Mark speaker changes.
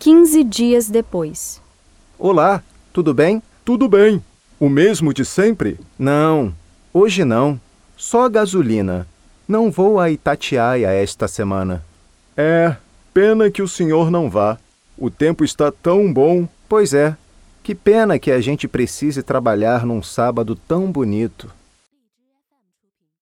Speaker 1: 15 dias depois.
Speaker 2: Olá, tudo bem?
Speaker 3: Tudo bem. O mesmo de sempre?
Speaker 2: Não, hoje não. Só gasolina. Não vou a Itatiaia esta semana.
Speaker 3: É, pena que o senhor não vá. O tempo está tão bom.
Speaker 2: Pois é. Que pena que a gente precise trabalhar num sábado tão bonito.